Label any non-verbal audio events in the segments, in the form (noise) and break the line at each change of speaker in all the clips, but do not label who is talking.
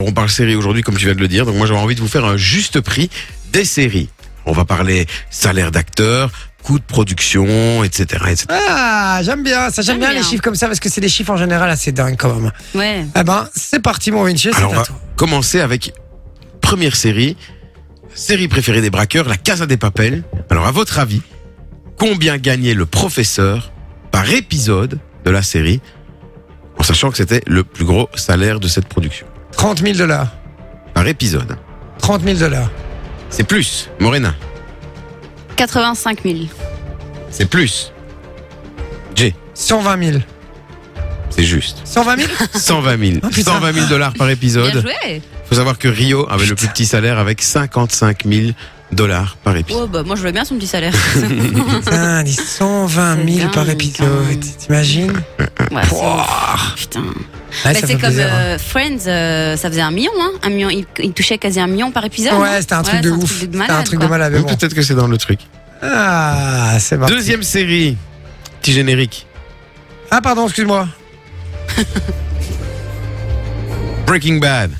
On parle série aujourd'hui, comme tu viens de le dire. Donc moi, j'avais envie de vous faire un juste prix des séries. On va parler salaire d'acteur, coût de production, etc., etc.
Ah, j'aime bien ça, j'aime
J'aime
bien,
bien.
les chiffres comme ça parce que c'est des chiffres en général assez dingues quand même.
Ouais.
Eh ben, c'est parti mon Vinci, c'est
Alors on
à
va
toi.
commencer avec première série, série préférée des braqueurs, La Casa des Papels. Alors à votre avis, combien gagnait le professeur par épisode de la série, en sachant que c'était le plus gros salaire de cette production
30 000 dollars.
par épisode
30 000 dollars.
C'est plus, Morena.
85 000.
C'est plus. Jay,
120 000.
c'est juste.
120
(laughs)
000
120 000.
Oh, putain.
120 000 dollars par
Bien
épisode.
joué.
faut savoir que Rio avait le plus petit salaire avec 55 000 dollars par épisode.
Oh, bah, moi, je veux bien son
(laughs)
petit salaire.
Putain, Ah, dis 120
C'est
000 par
dingue,
épisode,
hein.
t'imagines
Ouais, c'est-
Pouah.
Putain.
Ouais,
Bah,
ça
c'est
fait
comme
plaisir, hein.
euh, Friends, euh, ça faisait un million, hein. Un million, il, il touchait quasi un million par épisode. hein.
Ouais, c'était un truc
Ouais,
de
c'est un
ouf.
truc de
C'était un
malade,
truc de
quoi.
malade, Oh, mais
Ou
bon.
peut-être que c'est dans le truc.
Ah, c'est bon.
Deuxième série. Petit générique.
Ah, pardon, excuse-moi.
Breaking Bad.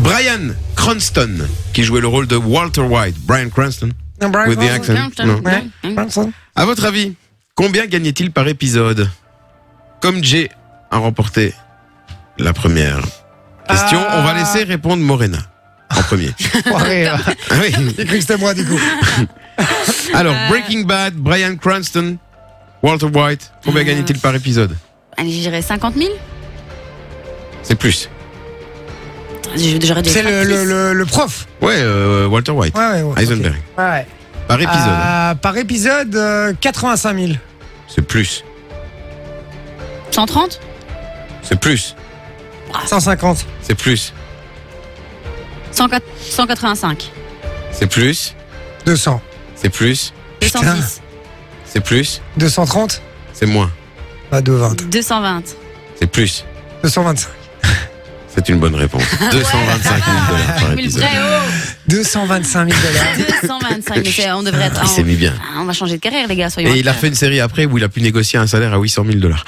Brian Cranston, qui jouait le rôle de Walter White. Brian Cranston.
Non, Brian
With the
Cranston.
accent.
Non, putain,
Non.
non, non. (laughs)
Cranston.
À votre avis, combien gagnait-il par épisode Comme Jay a remporté la première question,
Ah.
on va laisser répondre Morena en
(laughs)
premier.
Ouais,
(laughs)
ouais.
Ah oui.
J'ai cru que c'était moi du coup.
Alors, Breaking Bad, Brian Cranston, Walter White, combien
Ah.
Euh.
gagnait-il par épisode
Allez, je dirais 50 000.
C'est plus.
Putain, J'aurais dû
C'est
être
le,
actrice.
le, le, le prof.
Ouais, euh, Walter White,
Ouais, ouais, ouais.
Heisenberg.
ok. Ouais, ouais.
Par épisode,
Euh, par épisode, euh, 85 000.
c'est plus.
130
C'est plus.
150.
C'est plus.
104 185
C'est plus.
200.
C'est plus.
210
C'est plus.
230
C'est moins. bah,
Pas 220.
220
C'est plus.
225.
C'est une bonne
(laughs)
réponse. 225 000 dollars par
000
épisode.
frères,
225 000 dollars.
(laughs) oh. 225 mais c'est- on devrait être.
Il s'est mis bien.
Ah, on va changer de carrière, les gars, soyons.
Et il a
honnêtes.
fait une série après où il a pu négocier un salaire à 800 000 dollars.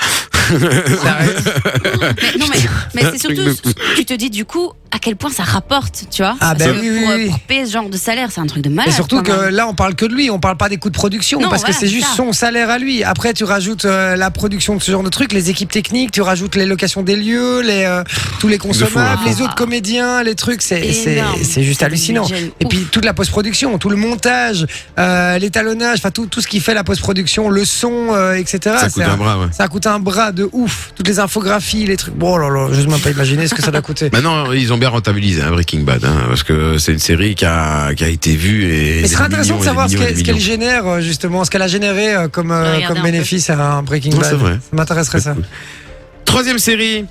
Mais, non, mais, mais c'est
truc
surtout,
de
tu te dis du coup à quel point ça rapporte, tu vois.
Ah,
Parce
bah
que
oui, oui,
pour,
oui.
pour payer ce genre de salaire, c'est un truc de
Et
malade.
surtout
quand
que
même.
là, on parle que de lui, on parle pas des coûts de production,
Non,
parce que
voilà,
c'est
c'est
juste
ça.
son salaire à lui. Après, tu rajoutes euh, la production de ce genre de truc, les équipes techniques, tu rajoutes les locations des lieux, les, euh, tous les consommables,
fou,
hein.
les autres comédiens, les trucs, c'est, c'est,
Énorme.
c'est juste
C'est
hallucinant.
des budgets
Et
ouf.
puis toute la post-production, tout le montage, euh, l'étalonnage, enfin tout, tout ce qui fait la post-production, le son, euh, etc.
Ça
C'est
coûte
un-
un bras, ouais.
Ça coûte un bras de ouf. Toutes les infographies, les trucs. Bon, oh là, là, je ne même pas imaginer ce que ça
(laughs)
doit coûter.
Maintenant, ils ont bien rentabilisé hein, Breaking Bad, hein, parce que c'est une série qui a, qui a été vue et.
Mais ce
des
serait
millions
intéressant de
et des
savoir ce
millions et
qu'elle
des
ce qu'elle
millions.
génère, euh, justement, ce qu'elle a généré euh, comme, euh,
Regardez
comme
un peu.
bénéfice à un Breaking
Ouais,
Bad.
c'est vrai.
Ça m'intéresserait ça.
Troisième série.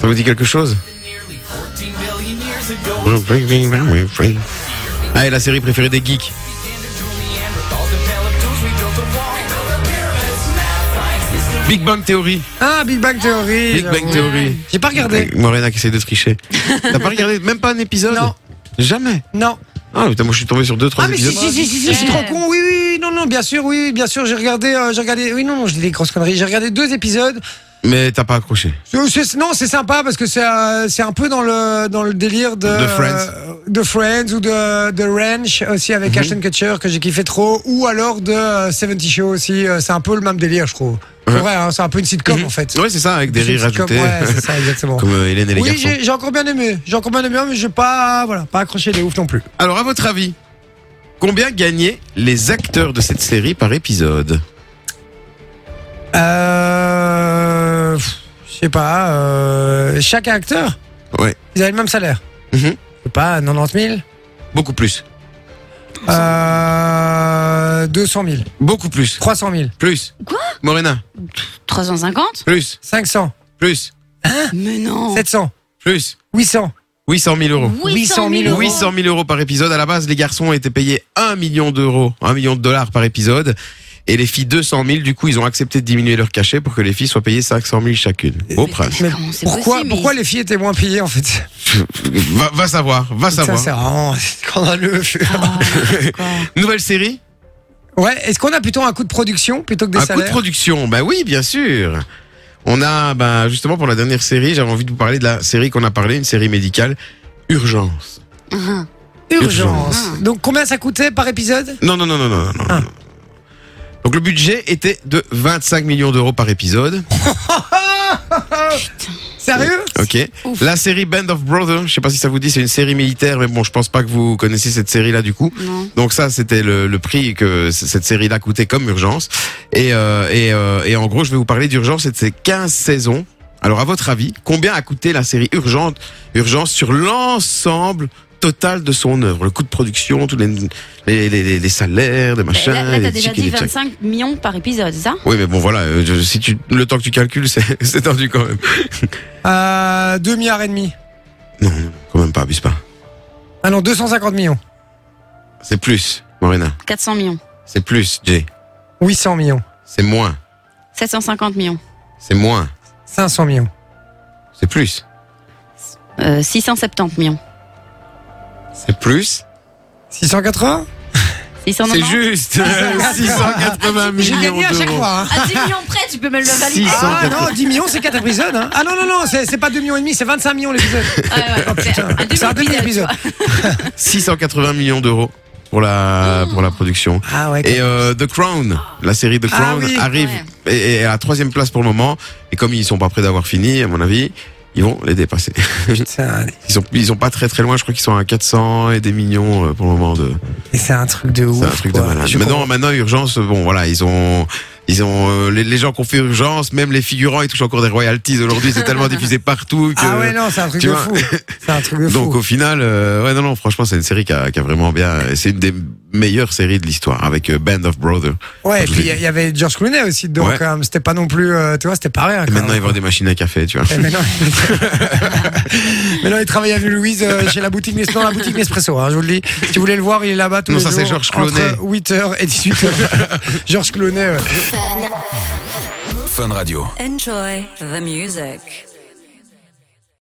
Ça vous dit quelque chose Ah, et la série préférée des geeks. Big Bang Theory.
Ah, Big Bang Theory.
Big Bang
j'avoue.
Theory.
J'ai pas regardé.
Morena qui essaie de
(laughs)
tricher. T'as pas regardé même pas un épisode
Non.
Jamais.
Non.
Ah putain, moi je suis tombé sur deux, trois
Ah, mais si,
épisodes.
si, si, si, si, je suis trop con. Oui, oui, oui, non, non, bien sûr, oui, oui, bien sûr. J'ai regardé, euh, j'ai regardé. Oui, non, non, j'ai des grosses conneries. J'ai regardé deux épisodes.
Mais t'as pas accroché.
Euh, c'est- Non, c'est sympa parce que c'est euh, c'est un peu dans le dans le délire de
De Friends.
euh, de Friends ou de de Ranch aussi avec
Mhm.
Ashton Kutcher que j'ai kiffé trop ou alors de euh, 70 Show aussi. euh, c'est un peu le même délire, je trouve. C'est
Ouais. Mhm.
vrai, hein, c'est un peu une sitcom en fait.
Ouais, c'est ça, avec des
C'est une
rires
sitcom,
rajoutés.
Ouais, c'est ça,
(laughs)
exactement.
Comme euh, Hélène et les
oui,
garçons.
j'ai j'ai encore bien aimé. J'ai encore bien aimé, mais j'ai pas voilà pas accroché les ouf non plus.
Alors, à votre avis, combien gagnaient les acteurs de cette série par épisode
Euh, pff, je sais pas. euh, chaque acteur,
Ouais.
ils avaient le même salaire.
Mhm.
Je sais pas, 90 000.
Beaucoup plus.
Euh, 200 000,
Beaucoup plus.
300 000,
Plus.
Quoi
Morena,
350
plus.
500,
Plus.
Ah,
Mais non. Oh.
700,
Plus.
800.
800 000 euros.
800 000 euros.
800 000 euros par épisode. À la base, les garçons étaient payés 1 million d'euros, 1 million de dollars par épisode. Et les filles 200 000, du coup, ils ont accepté de diminuer leur cachet pour que les filles soient payées 500 000 chacune. Au (laughs) prince.
Mais
comment c'est
pourquoi,
possible,
pourquoi
mais-
les filles étaient moins payées en fait
Va, va savoir, va
Ça,
savoir.
c'est vraiment scandaleux.
Ah, quoi.
Nouvelle série
Ouais, est-ce qu'on a plutôt un coût de production plutôt que des
Un coût
salaires
de production, bah oui, bien Ben sûr. On a, bah, justement, pour la dernière série, j'avais envie de vous parler de la série qu'on a parlé, une série médicale, Urgence.
Ah,
Urgence.
Urgence.
Donc combien ça coûtait par épisode
Non, non, non, non, non, non, non.
Ah.
non. Donc le budget était de 25 millions d'euros par épisode.
Sérieux
Ok.
Ouf.
La série Band of Brothers, je sais pas si ça vous dit, c'est une série militaire, mais bon, je pense pas que vous connaissez cette série-là du coup.
non.
Donc ça, c'était le, le prix que c- cette série-là coûtait comme urgence. Et, euh, et, euh, et en gros, je vais vous parler d'urgence et de ces 15 saisons. Alors, à votre avis, combien a coûté la série Urgente, Urgence sur l'ensemble total de son œuvre Le coût de production, tous les, les, les, les- les salaires, les machins,
Bah, Là, là, t'as
les
déjà
tchics et
dit
les tchacs.
25 millions par épisode, c'est ça
Oui, mais bon, voilà, euh, je- si tu, le temps que tu calcules, (laughs) c'est c'est tendu quand même.
euh, 2 milliards et demi.
Non, non, quand même pas, abuse pas.
Ah non, 250 millions.
C'est plus, Morena.
400 millions.
C'est plus, Jay.
800 millions.
C'est moins.
750 millions.
C'est moins.
500 millions.
C'est plus.
Euh, 670 millions.
C'est plus.
680
C'est
690
juste euh, 680
(laughs) J'ai
millions
gagné à chaque
d'euros.
fois. hein.
À 10 millions près, tu peux me le valider.
Six.
Ah
680.
non, 10 millions, c'est 4 épisodes. hein. Ah non, non, non, c'est c'est pas 2 millions et demi, c'est 25 millions l'épisode.
Ah ouais, ouais, c'est un
C'est un
demi-épisode.
demi-épisode.
680 millions d'euros pour la pour la production.
Ah ouais.
Et euh, The Crown, la série The
Ah
Crown
oui,
arrive et, et à la troisième place pour le moment. Et comme ils sont pas prêts d'avoir fini, à mon avis, ils vont les dépasser. (laughs)
Putain,
Ils sont ils sont pas très très loin. Je crois qu'ils sont à 400 et des millions euh, pour le moment de.
et c'est un truc de ouf.
C'est un truc de
quoi.
malade.
Je
Maintenant maintenant urgence. Bon voilà, ils ont ils ont euh, les, les gens qui ont fait urgence, même les figurants, ils touchent encore des royalties aujourd'hui. C'est tellement (laughs) diffusé partout que.
Ah ouais, non, c'est un truc
Tu
de
vois.
fou. C'est un truc de
(laughs)
fou.
Donc au final, euh, ouais non non, franchement c'est une série qui a, qui a vraiment bien, c'est une des meilleures séries de l'histoire avec euh, Band of Brothers.
ouais, et
je
puis
l'ai
il y avait George Clooney aussi dedans,
Ouais.
quand même. C'était pas non plus, euh, tu vois, c'était pas rien.
Et
quand
maintenant
même.
ils vendent des machines à café,
(laughs)
tu vois.
Et maintenant,
(laughs)
(laughs) maintenant, il travaille avec Louise euh, chez la boutique Nespresso, la boutique Nespresso hein, je vous le dis. Si vous voulez le voir, il est là-bas tous
Non,
les
ça,
jours
c'est Georges Clooney.
entre 8h et 18h. (laughs) Georges Clooney, ouais.
Enjoy the music.